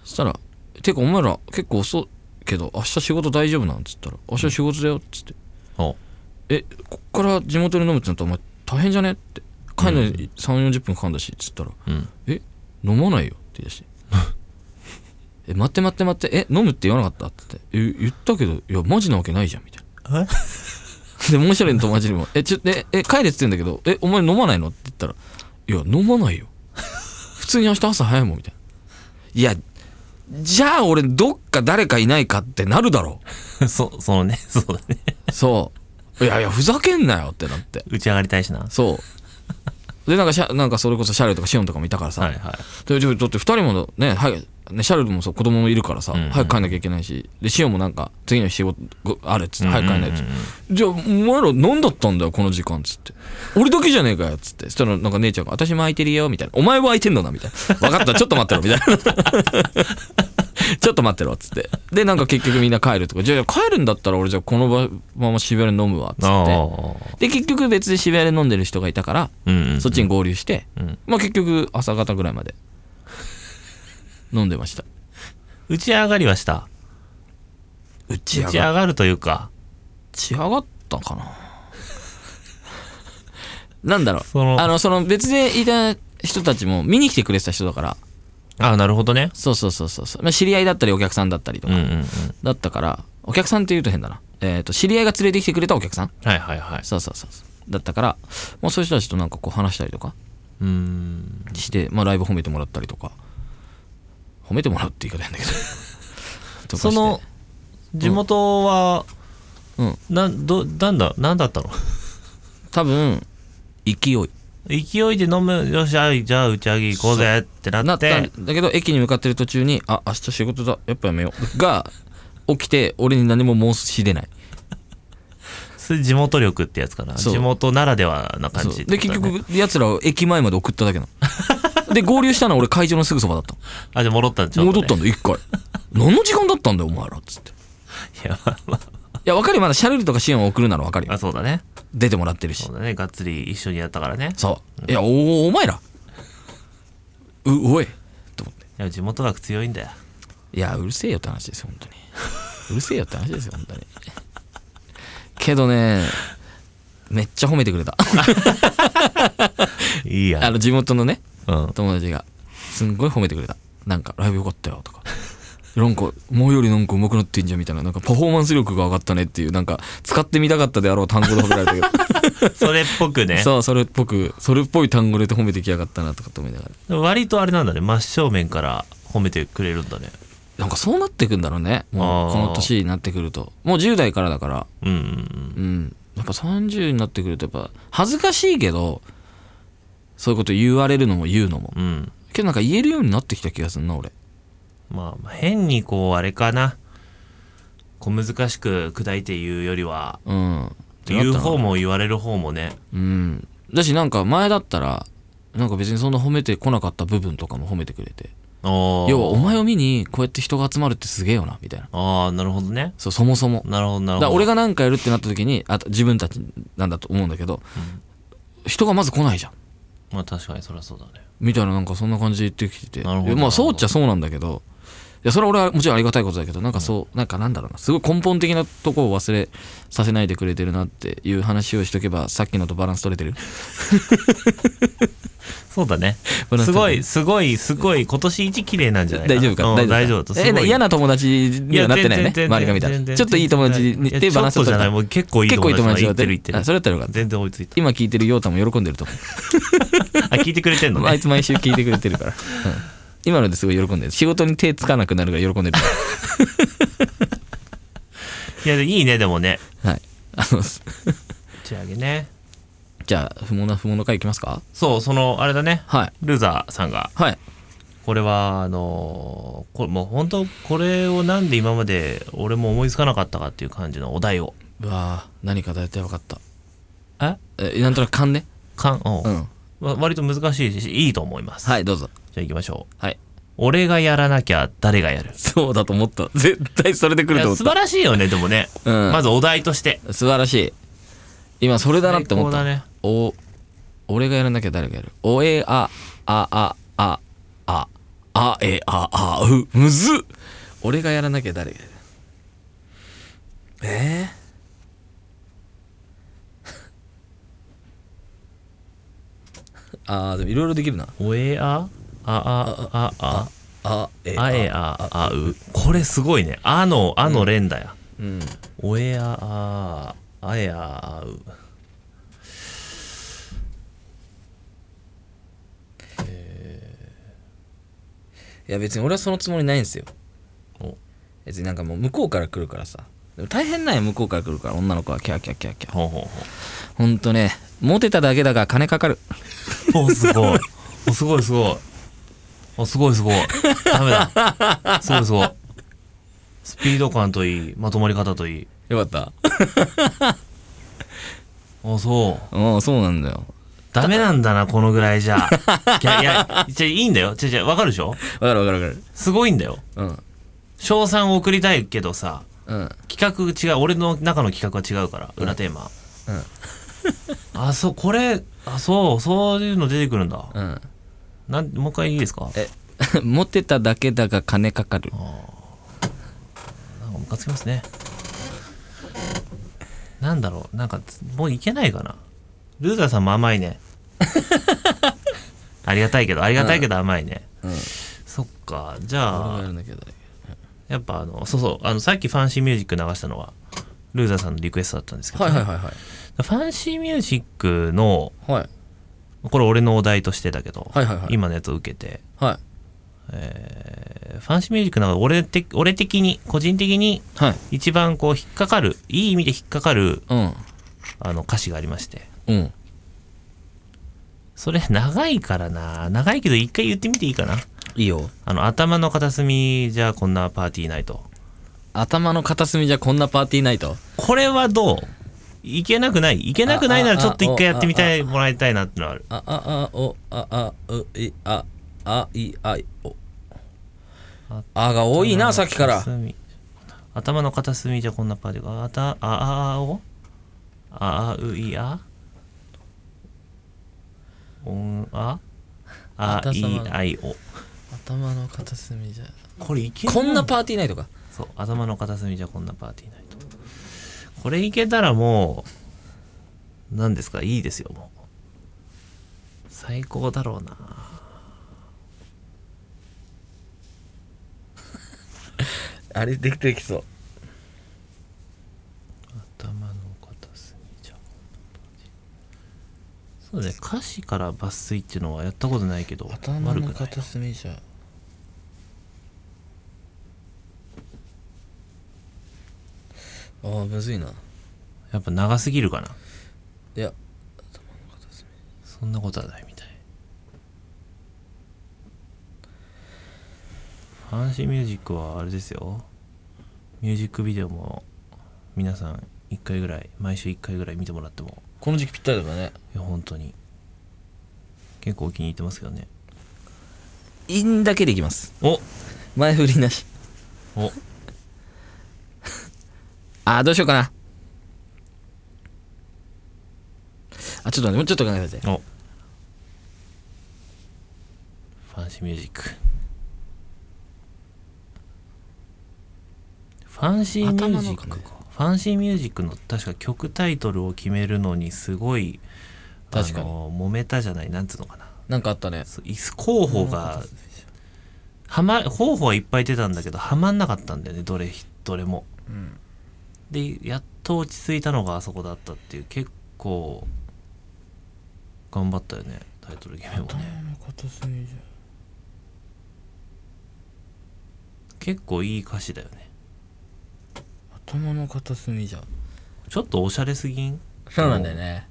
Speaker 2: そしたら「てかお前ら結構遅いけど明日仕事大丈夫なん?」っつったら「明日仕事だよ」っつって
Speaker 1: ほ
Speaker 2: 「えこっから地元に飲むってなったらお前大変じゃね?」って帰るのに3 4 0分かかんだしっつったら「
Speaker 1: うん
Speaker 2: え飲まないよ」って言い出して [laughs] 「え待って待って待ってえ飲むって言わなかった?」って言ってえ「言ったけどいやマジなわけないじゃん」みたいな。
Speaker 1: え
Speaker 2: [laughs] で、もう一人の友達にも、え、ちょ、え、え、帰れって言ってんだけど、え、お前飲まないのって言ったら、いや、飲まないよ。普通に明日朝早いもん、みたいな。いや、じゃあ俺、どっか誰かいないかってなるだろ
Speaker 1: [laughs] そそのね [laughs] そうだね
Speaker 2: う。そう。いやいや、ふざけんなよってなって。
Speaker 1: 打ち上がりたいしなは
Speaker 2: そう。で、なんかシャ、なんかそれこそシャルとかシオンとかもいたからさ、
Speaker 1: いはい
Speaker 2: でちょだって2人もね,、はい、ねシャルルもそう子供もいるからさ、
Speaker 1: うんうん
Speaker 2: 早く帰んなきゃいけないしでシオンもなんか次の仕事あるっつって早く帰んないっつって、
Speaker 1: うんうん
Speaker 2: じゃあお前ら何だったんだよこの時間っつって俺だけじゃねえかよっつってそしたらなんか姉ちゃんが「私も空いてるよ」みたいな「お前は空いてんだな」みたいな「分かったちょっと待ってろ」みたいな [laughs] 「ちょっと待ってろ」っつってでなんか結局みんな帰るとか「じゃあ帰るんだったら俺じゃあこの場まま渋谷で飲むわ」っつ
Speaker 1: あ
Speaker 2: っ
Speaker 1: あ
Speaker 2: てで結局別で渋谷で飲んでる人がいたから
Speaker 1: うんうん
Speaker 2: そっちに合流して、
Speaker 1: うん
Speaker 2: まあ結局朝方ぐらいまで飲んでました。
Speaker 1: 打ち上がりはした
Speaker 2: 打ち
Speaker 1: 打ち上がるというか
Speaker 2: ち上がったかな [laughs] なんだろう
Speaker 1: その
Speaker 2: あのその別でいた人たちも見に来てくれてた人だから
Speaker 1: ああなるほどね
Speaker 2: そうそうそうそうそう、まあ、知り合いだったりお客さんだったりと
Speaker 1: うん
Speaker 2: か、
Speaker 1: うんうん
Speaker 2: だったからお客さんって言うと変だな、えー、と知り合いが連れてきてくれたお客さん
Speaker 1: はいはいはい
Speaker 2: そうそうそうそうだったから、まあ、そういう人たちとなんかこう話したりとか
Speaker 1: うーん
Speaker 2: して、まあ、ライブ褒めてもらったりとか褒めてもらうって言い方変
Speaker 1: [laughs]
Speaker 2: だけどとかして
Speaker 1: その地元は、
Speaker 2: うん
Speaker 1: なんどなんだなんだったの [laughs]
Speaker 2: 多分勢い
Speaker 1: 勢いで飲むよしあいじゃあ打ち上げ行こうぜってな
Speaker 2: な
Speaker 1: っ
Speaker 2: った
Speaker 1: て
Speaker 2: んだけど駅に向かってる途中に「あ明日仕事だやっぱやめよう」が起きて俺に何も申し出ない
Speaker 1: それ地元力ってやつかな
Speaker 2: そう
Speaker 1: 地元ならではな感
Speaker 2: そ
Speaker 1: じ
Speaker 2: う
Speaker 1: って
Speaker 2: で
Speaker 1: こと
Speaker 2: 結
Speaker 1: だね
Speaker 2: 局やつらを駅前まで
Speaker 1: [laughs]
Speaker 2: 送っただけなので合流したのは俺会場のすぐそばだった
Speaker 1: あじゃあ戻ったんちょ
Speaker 2: の戻ったんだ一回何の時間だったんだよお前ら」っつってい
Speaker 1: [laughs] いやまあま
Speaker 2: や分かるよまだシャルルとかシエンを送るなら分かる
Speaker 1: ああ
Speaker 2: よ
Speaker 1: そうだね
Speaker 2: 出てもらってるし
Speaker 1: そうだねがっつり一緒にやったからね
Speaker 2: そういやおお前らうおいと思って
Speaker 1: いや地元学強いんだよ
Speaker 2: いやうるせえよって話ですよ本当にうるせえよって話ですよ本当にけどねめっちゃ褒めてくれた
Speaker 1: いい
Speaker 2: あ
Speaker 1: や
Speaker 2: の地元のね
Speaker 1: うん
Speaker 2: 友達がすんごい褒めてくれたなんかライブよかったよとかなんかもうよりなんか上手くなってんじゃんみたいななんかパフォーマンス力が上がったねっていうなんか使ってみたかったであろう単語で褒められたけど
Speaker 1: それっぽく [laughs] ね
Speaker 2: そうそれっぽくそれっぽい単語で褒めてきやがったなとかと思いながら
Speaker 1: でも割とあれなんだね真正面から褒めてくれるんだね
Speaker 2: なんかそうなってくんだろうねもう
Speaker 1: あー
Speaker 2: この年になってくるともう10代からだから
Speaker 1: うんうんうん
Speaker 2: うんやっぱ30になってくるとやっぱ恥ずかしいけどそういうこと言われるのも言うのも
Speaker 1: うん
Speaker 2: けどなんか言えるようになってきた気がするな俺
Speaker 1: まあまあ変にこうあれかな小難しく砕いて言うよりは
Speaker 2: うん
Speaker 1: 言う方も言われる方もね
Speaker 2: うんだしなんか前だったらなんか別にそんな褒めてこなかった部分とかも褒めてくれて
Speaker 1: ああ
Speaker 2: 要はお前を見にこうやって人が集まるってすげえよなみたいな
Speaker 1: ああなるほどね
Speaker 2: そうそもそも
Speaker 1: なるほどな
Speaker 2: だ
Speaker 1: る
Speaker 2: か
Speaker 1: ほ
Speaker 2: ら
Speaker 1: ど
Speaker 2: 俺がなんかやるってなった時にあ自分たちなんだと思うんだけど、人がまず来ないじゃん
Speaker 1: まあ確かにそりゃそうだね
Speaker 2: みたいななんかそんな感じで言ってきてて
Speaker 1: なるほど
Speaker 2: まあそうっちゃそうなんだけどいやそれは俺はもちろんありがたいことだけどなんかそう、なんかなんだろうなすごい根本的なとこを忘れさせないでくれてるなっていう話をしとけばさっきのとバランス取れてる
Speaker 1: そうだね
Speaker 2: バランス
Speaker 1: す
Speaker 2: 取
Speaker 1: ご
Speaker 2: れてる
Speaker 1: いすごいすごい今年一綺麗なんじゃない
Speaker 2: 大丈夫か
Speaker 1: うん
Speaker 2: 大
Speaker 1: 大
Speaker 2: 丈
Speaker 1: 丈夫
Speaker 2: 夫
Speaker 1: だ
Speaker 2: かえな嫌
Speaker 1: な
Speaker 2: な友達にはなってないよね周りが見たらちょっといい友達にっていうバランス
Speaker 1: ちょっと
Speaker 2: 取
Speaker 1: じゃ
Speaker 2: れ
Speaker 1: な
Speaker 2: た
Speaker 1: いもう結構いい
Speaker 2: 結
Speaker 1: 友
Speaker 2: 構いい
Speaker 1: 達
Speaker 2: 友
Speaker 1: だ
Speaker 2: 達
Speaker 1: 言
Speaker 2: だ
Speaker 1: っ
Speaker 2: ってて
Speaker 1: る
Speaker 2: る
Speaker 1: 言って
Speaker 2: あそ
Speaker 1: る
Speaker 2: れだったらよかった
Speaker 1: 全然追いついた
Speaker 2: 今聞いてるようたも喜んでると思
Speaker 1: あ聞いてくれてんの [laughs]
Speaker 2: [laughs] うあい
Speaker 1: ね
Speaker 2: つ毎週聞いてくれ
Speaker 1: [laughs]
Speaker 2: てるから、うん今のですごい喜んでる仕事に手つかなくなるから喜んでる
Speaker 1: いやでいいねでもね
Speaker 2: はいあのす
Speaker 1: 打ち上げね
Speaker 2: じゃあ不毛な不毛の回いきますか
Speaker 1: そうそのあれだね
Speaker 2: はい
Speaker 1: ルーザーさんが
Speaker 2: はい
Speaker 1: これはあのーこれもう本当これをなんで今まで俺も思いつかなかったかっていう感じのお題を
Speaker 2: うわあ何か大体分かった
Speaker 1: え
Speaker 2: えなんとなく勘ね
Speaker 1: かん、う
Speaker 2: うんん
Speaker 1: わ割と難しいしいいと思います、
Speaker 2: はいどうぞ
Speaker 1: じゃあ行きましょう
Speaker 2: はい
Speaker 1: 俺がやらなきゃ誰がやる
Speaker 2: そうだと思った絶対それで来
Speaker 1: い
Speaker 2: る
Speaker 1: や
Speaker 2: と思
Speaker 1: 素
Speaker 2: っ
Speaker 1: 晴らしいよねでもね、
Speaker 2: うん
Speaker 1: まずお題として
Speaker 2: た素晴らしい今それだなって思った、
Speaker 1: 最高だね
Speaker 2: お俺がやらなきゃ誰がやるおえああああああえああうむずっ俺がやらなきゃ誰がやるえー、あーでもいろいろできるな
Speaker 1: おえあああああ
Speaker 2: あえ
Speaker 1: あえああうこれすごいねあのあの連打や、
Speaker 2: うん
Speaker 1: おえあああえああう
Speaker 2: いや別に俺はそのつもりないんですよ
Speaker 1: お
Speaker 2: 別になんかもう向こうから来るからさでも大変なんよ向こうから来るから女の子はキャーキャーキャーキャー
Speaker 1: ほうほうほ
Speaker 2: ほんとねモテただけだが金かかる
Speaker 1: うおすごいおすごいすごいおすごいすごいダメだすごいすごいスピード感といいまとまり方といい
Speaker 2: よかっ
Speaker 1: あそう
Speaker 2: たうんそうなんだよ
Speaker 1: ダメなんだな、このぐらいじゃ。いや、いや、じゃいいんだよ。じゃじゃわかるでしょ
Speaker 2: わかるわかるわかる
Speaker 1: すごいんだよ。
Speaker 2: うん
Speaker 1: 賞賛を送りたいけどさ、
Speaker 2: うん
Speaker 1: 企画違う、俺の中の企画は違うから、裏テーマ。 [laughs] あ、そう、これ、あ、そう、そういうの出てくるんだ。
Speaker 2: うん
Speaker 1: なんもう一回いいですか
Speaker 2: え [laughs] モテただけだが金かかる
Speaker 1: なんかムカつきますね。なんだろう、なんか、つもういけないかな。ルーザーさんも甘い
Speaker 2: [laughs]
Speaker 1: ね。ありがたいけど、ありがたいけど甘いね。
Speaker 2: うん
Speaker 1: そっか、じゃ
Speaker 2: 俺
Speaker 1: あ
Speaker 2: がや。らなきゃだね
Speaker 1: やっぱあのそうそうあのさっきファンシーミュージック流したのはルーザーさんのリクエストだったんですけど、
Speaker 2: はいはいはいは
Speaker 1: フ
Speaker 2: い
Speaker 1: ァンシーミュージックの
Speaker 2: はい
Speaker 1: これ俺のお題としてだけど、
Speaker 2: はいはいはい
Speaker 1: 今のやつを受けて、
Speaker 2: はい
Speaker 1: えーファンシーミュージックの中で俺て俺的に個人的に
Speaker 2: はい
Speaker 1: 一番こう引っかかるいい意味で引っかかる
Speaker 2: うん
Speaker 1: あの歌詞がありまして
Speaker 2: うん
Speaker 1: それ長いからな長いけど一回言ってみていいかない
Speaker 2: いよ
Speaker 1: あの頭の片隅じゃあこんなパーティーナイト
Speaker 2: 頭の片隅じゃこんなパーティーないと
Speaker 1: これはどういけなくないいけなくないならちょっと一回やってみたいもらいたいなってのはある
Speaker 2: あああおああういああいあいお
Speaker 1: 「
Speaker 4: あが多いなさっきから
Speaker 1: 頭の片隅じゃこんなパーティーがあたあああおああういあおんああいあいお
Speaker 4: 頭の片隅じゃ
Speaker 1: これいける
Speaker 4: こんなパーティーないとか
Speaker 1: そう頭の片隅じゃこんなパーティーないとこれいけたらもう何ですかいいですよもう最高だろうな
Speaker 4: あれできてきそう
Speaker 1: 頭の片隅じゃこんなパーティーそうね歌詞から抜粋っていうのはやったことないけど
Speaker 4: 頭
Speaker 1: 悪
Speaker 4: の
Speaker 1: くない
Speaker 4: 片隅じゃあーむずいな
Speaker 1: やっぱ長すぎるかない
Speaker 4: や
Speaker 1: そんなことはないみたいファンシーミュージックはあれですよミュージックビデオも皆さん1回ぐらい毎週1回ぐらい見てもらっても
Speaker 4: この時期ぴったりだからね
Speaker 1: いや本当に結構気に入ってますけどね
Speaker 2: インだけでいきます
Speaker 1: お
Speaker 2: 前振りなし
Speaker 1: お
Speaker 2: あーどうしようかなあちょっと待ってもうちょっと考えさせて
Speaker 1: おファンシーミュージックファンシーミュージック
Speaker 2: 頭の
Speaker 1: か
Speaker 2: 中
Speaker 1: ファンシーミュージックの確か曲タイトルを決めるのにすごい
Speaker 4: 確かに
Speaker 1: あの揉めたじゃないなんつうのかな
Speaker 4: なんかあったね
Speaker 1: そうい候補がはま候補はいっぱい出たんだけどはまんなかったんだよねどれどれも、でやっと落ち着いたのがあそこだったっていう結構頑張ったよねタイトル決めもね
Speaker 4: の片隅じゃ
Speaker 1: 結構いい歌詞だよね
Speaker 4: 頭の片隅じゃ
Speaker 1: ちょっとおしゃれすぎん
Speaker 4: そうなんだよね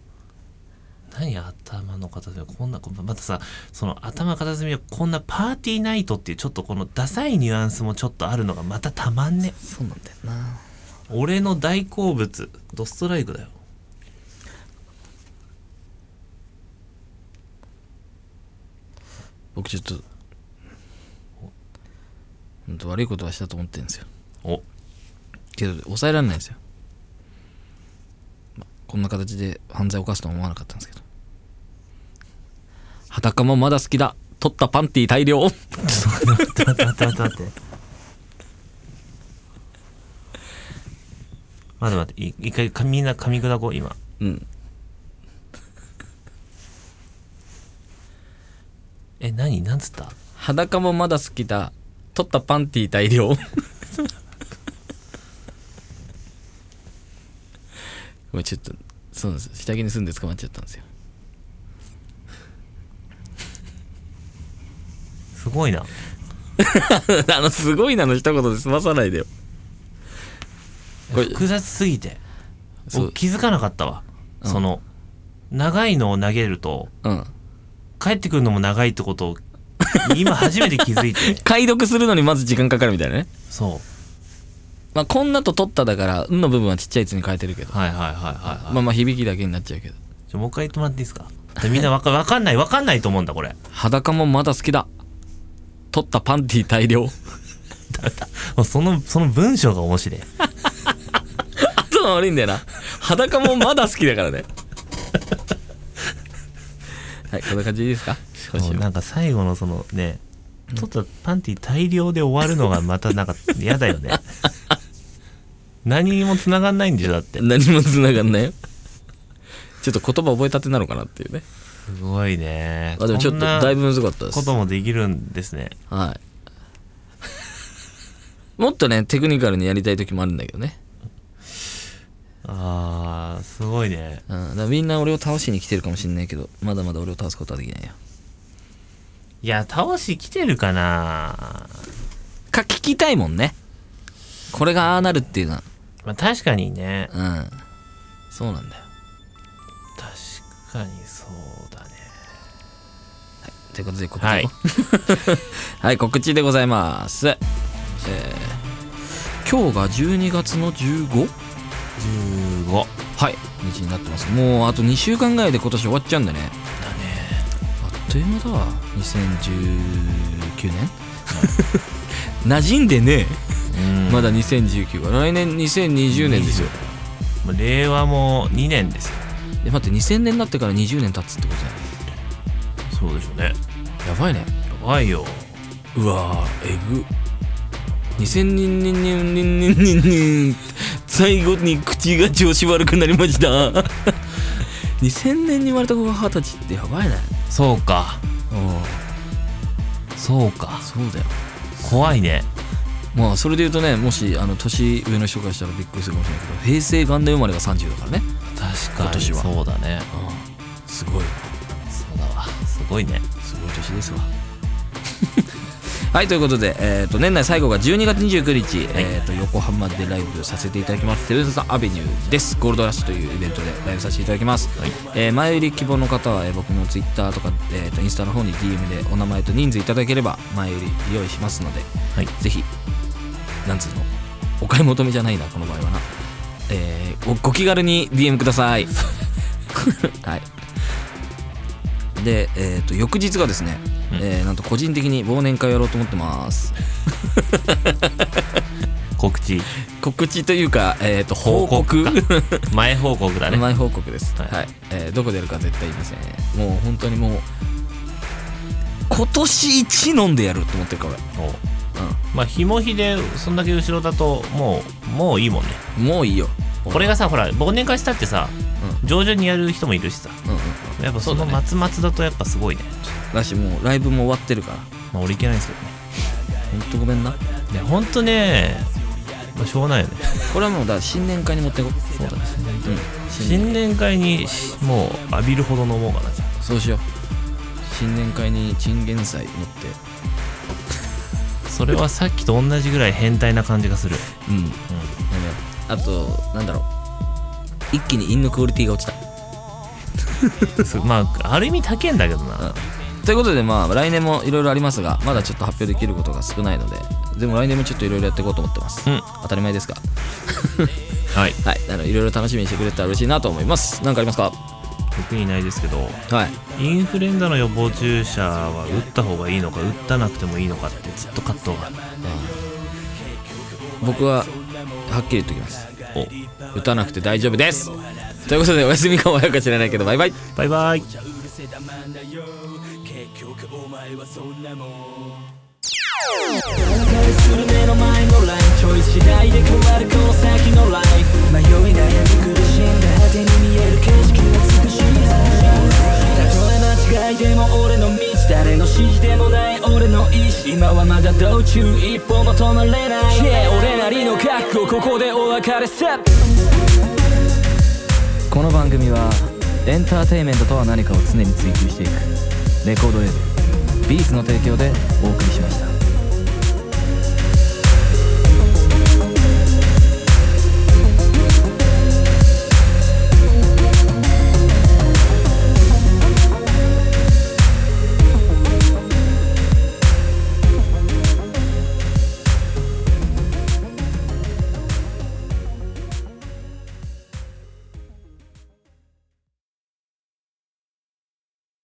Speaker 1: 何頭の片隅こんなこまたさその頭の片隅はこんなパーティーナイトっていうちょっとこのダサいニュアンスもちょっとあるのがまたたまんね
Speaker 2: そうなんだよな
Speaker 1: 俺の大好物ドストライクだよ
Speaker 2: 僕ちょっとほんと悪いことはしたと思ってるんですよ
Speaker 1: お
Speaker 2: けど抑えられないんですよ、まあこんな形で犯罪を犯すとは思わなかったんですけど裸もまだ好きだ取ったパンティ大量
Speaker 1: 待って待って待って待って待ってい一回かみんな噛み砕こう今
Speaker 2: うん
Speaker 1: え何なんつった
Speaker 2: 裸もまだ好きだ取ったパンティ大量ごめんちょっとそうなんです下着に住んで捕まっちゃったんですよ
Speaker 1: すごいな
Speaker 2: [laughs] あのすごいなの一言で済まさないでよこれ
Speaker 1: 複雑すぎて
Speaker 2: そ
Speaker 1: 僕
Speaker 2: う
Speaker 1: 気づかなかったわ、
Speaker 2: うん
Speaker 1: その長いのを投げると
Speaker 2: うん
Speaker 1: 帰ってくるのも長いってことを今初めて気
Speaker 2: [laughs]
Speaker 1: づいて
Speaker 2: 解読するのにまず時間かかるみたいなね
Speaker 1: そ
Speaker 2: まあ、こんなと取っただから、うんの部分はちっちゃい「つ」に変えてるけど
Speaker 1: う。はいはいはいはい、はい
Speaker 2: まあまあ響きだけになっちゃうけど。
Speaker 1: じゃあもう一回言ってもらっていいですかでみんなわかわかんないわかんないと思うんだこれ [laughs]
Speaker 2: 裸もまだ好きだ。取ったパンティ大量。
Speaker 1: もうそのその文章が面白い
Speaker 2: [laughs] 頭が悪いんだよな。裸もまだ好きだからね。 [laughs] はい、こんな感じでいいですか今週
Speaker 1: もう
Speaker 2: も
Speaker 1: なんか最後のそのねちょっとパンティ大量で終わるのがまたなんか嫌だよ [laughs] ね何にも繋がんないんでしょだって
Speaker 2: 何も繋がんないよ。ちょっと言葉覚えたてなのかなっていうね。
Speaker 1: すごいね
Speaker 2: まあでもちょっとだいぶ難かっ
Speaker 1: こ
Speaker 2: たです
Speaker 1: んなこ。ともできるんですね
Speaker 2: はい。 [laughs] もっとね、テクニカルにやりたい時もあるんだけどね。
Speaker 1: あーすごいね
Speaker 2: うん、だからみんな俺を倒しに来てるかもしんないけど、まだまだ俺を倒すことはできないよ。
Speaker 1: いや倒し来てるかな、
Speaker 2: か聞きたいもんねこれがああなるっていうのは
Speaker 1: まあ、確かにね
Speaker 2: うんそうなんだよ
Speaker 1: 確かにそうだね
Speaker 2: ということで告知を
Speaker 1: はい
Speaker 2: [laughs] はい告知でございますえー今日が12月の 15?
Speaker 1: 15
Speaker 2: はい日になってますもうあと2週間ぐらいで今年終わっちゃうんだね
Speaker 1: だね
Speaker 2: あっという間だわ2019年 [laughs] 馴染んでね
Speaker 1: うん
Speaker 2: まだ2019が来年2020年ですよ
Speaker 1: もう令和も2年ですよ
Speaker 2: え待って2000年になってから20年経つってことだよ
Speaker 1: そうでしょうね
Speaker 2: やばいね
Speaker 1: やばいよ
Speaker 2: うわーえぐ2000人にににににに最後に口が調子悪くなりました [laughs] 2000年に生まれた子が二十歳ってやばいね
Speaker 1: そうか
Speaker 2: うん
Speaker 1: そうか
Speaker 2: そうだよ
Speaker 1: 怖いね
Speaker 2: まあそれで言うとねもしあの年上の人からしたらびっくりするかもしれないけど平成元年生まれが30だからね
Speaker 1: 確かに
Speaker 2: 今年は
Speaker 1: そうだね
Speaker 2: すごい
Speaker 1: そうだわすごいね
Speaker 2: すごい年ですわ [laughs] はいということで、えー、と年内最後が12月29日、えー、と横浜でライブさせていただきますセブンスアベニューですゴールドラッシュというイベントでライブさせていただきます、えー前売り希望の方は、えー僕のツイッターとか、えー、とインスタの方に DM でお名前と人数いただければ前売り用意しますので、
Speaker 1: はい
Speaker 2: ぜひなんつうのお買い求めじゃないなこの場合はな、えー、おご気軽に DM ください
Speaker 1: [laughs]
Speaker 2: はいで、えー、と翌日がですね、えーなんと個人的に忘年会をやろうと思ってます
Speaker 1: 告知
Speaker 2: 告知というか、えー、と報告
Speaker 1: 報
Speaker 2: [laughs]
Speaker 1: 前報告だね
Speaker 2: 前報告です、は
Speaker 1: はいい
Speaker 2: えーどこでやるか絶対言いませんもう本当にもう今年一飲んでやると思ってるから
Speaker 1: おうまあ日も日でそんだけ後ろだともうもういいもんね
Speaker 2: 俺、うん、もういいよ
Speaker 1: これがさほら忘年会したってさ、上旬にやる人もいるしさ
Speaker 2: うんうん
Speaker 1: やっぱその松松だとやっぱすごいね
Speaker 2: だしもうライブも終わってるから
Speaker 1: まあ俺いけないんですけどね
Speaker 2: 本当ごめんない
Speaker 1: やほんとね、まあ、しょうがないよね
Speaker 2: これはもうだから新年会に持ってこ
Speaker 1: そうだね
Speaker 2: うん新
Speaker 1: 新年会にしもう浴びるほど飲もうかなじゃ
Speaker 2: そうしよう新年会にチンゲン菜持って
Speaker 1: あそれはさっきと同じぐらい変態な感じがする
Speaker 2: うん、やめようあとなんだろう一気に陰のクオリティが落ちた
Speaker 1: すまあある意味高えんだけどな、
Speaker 2: ということでまあ来年もいろいろありますがまだちょっと発表できることが少ないのででも来年もちょっといろいろやっていこうと思ってます、
Speaker 1: うん
Speaker 2: 当たり前ですが
Speaker 1: はい
Speaker 2: はいなのでいろいろ楽しみにしてくれたら嬉しいなと思います何かありますか
Speaker 1: 特にないですけど
Speaker 2: はい
Speaker 1: インフルエンザの予防注射は打った方がいいのか打ったなくてもいいのかってずっと葛藤がある
Speaker 2: 僕ははっきり言っておきますお打たなくて大丈夫ですということでお休みかもやか知らないけどバイバイ
Speaker 1: バイバイ
Speaker 3: じゃうるせえだまんだよ結局お前はそんなもん挽回する目の前のラインちょい次第で変わるこの先のライフ迷い悩み苦しんだ果てに見える景色が美しいたとえ間違いでも俺の道誰の指示でもない俺の意志今はまだ道中一歩も止まれない Yeah 俺なりの覚悟ここでお別れさ
Speaker 5: この番組はエンターテインメントとは何かを常に追求していくレコードレーベルビーズの提供でお送りしました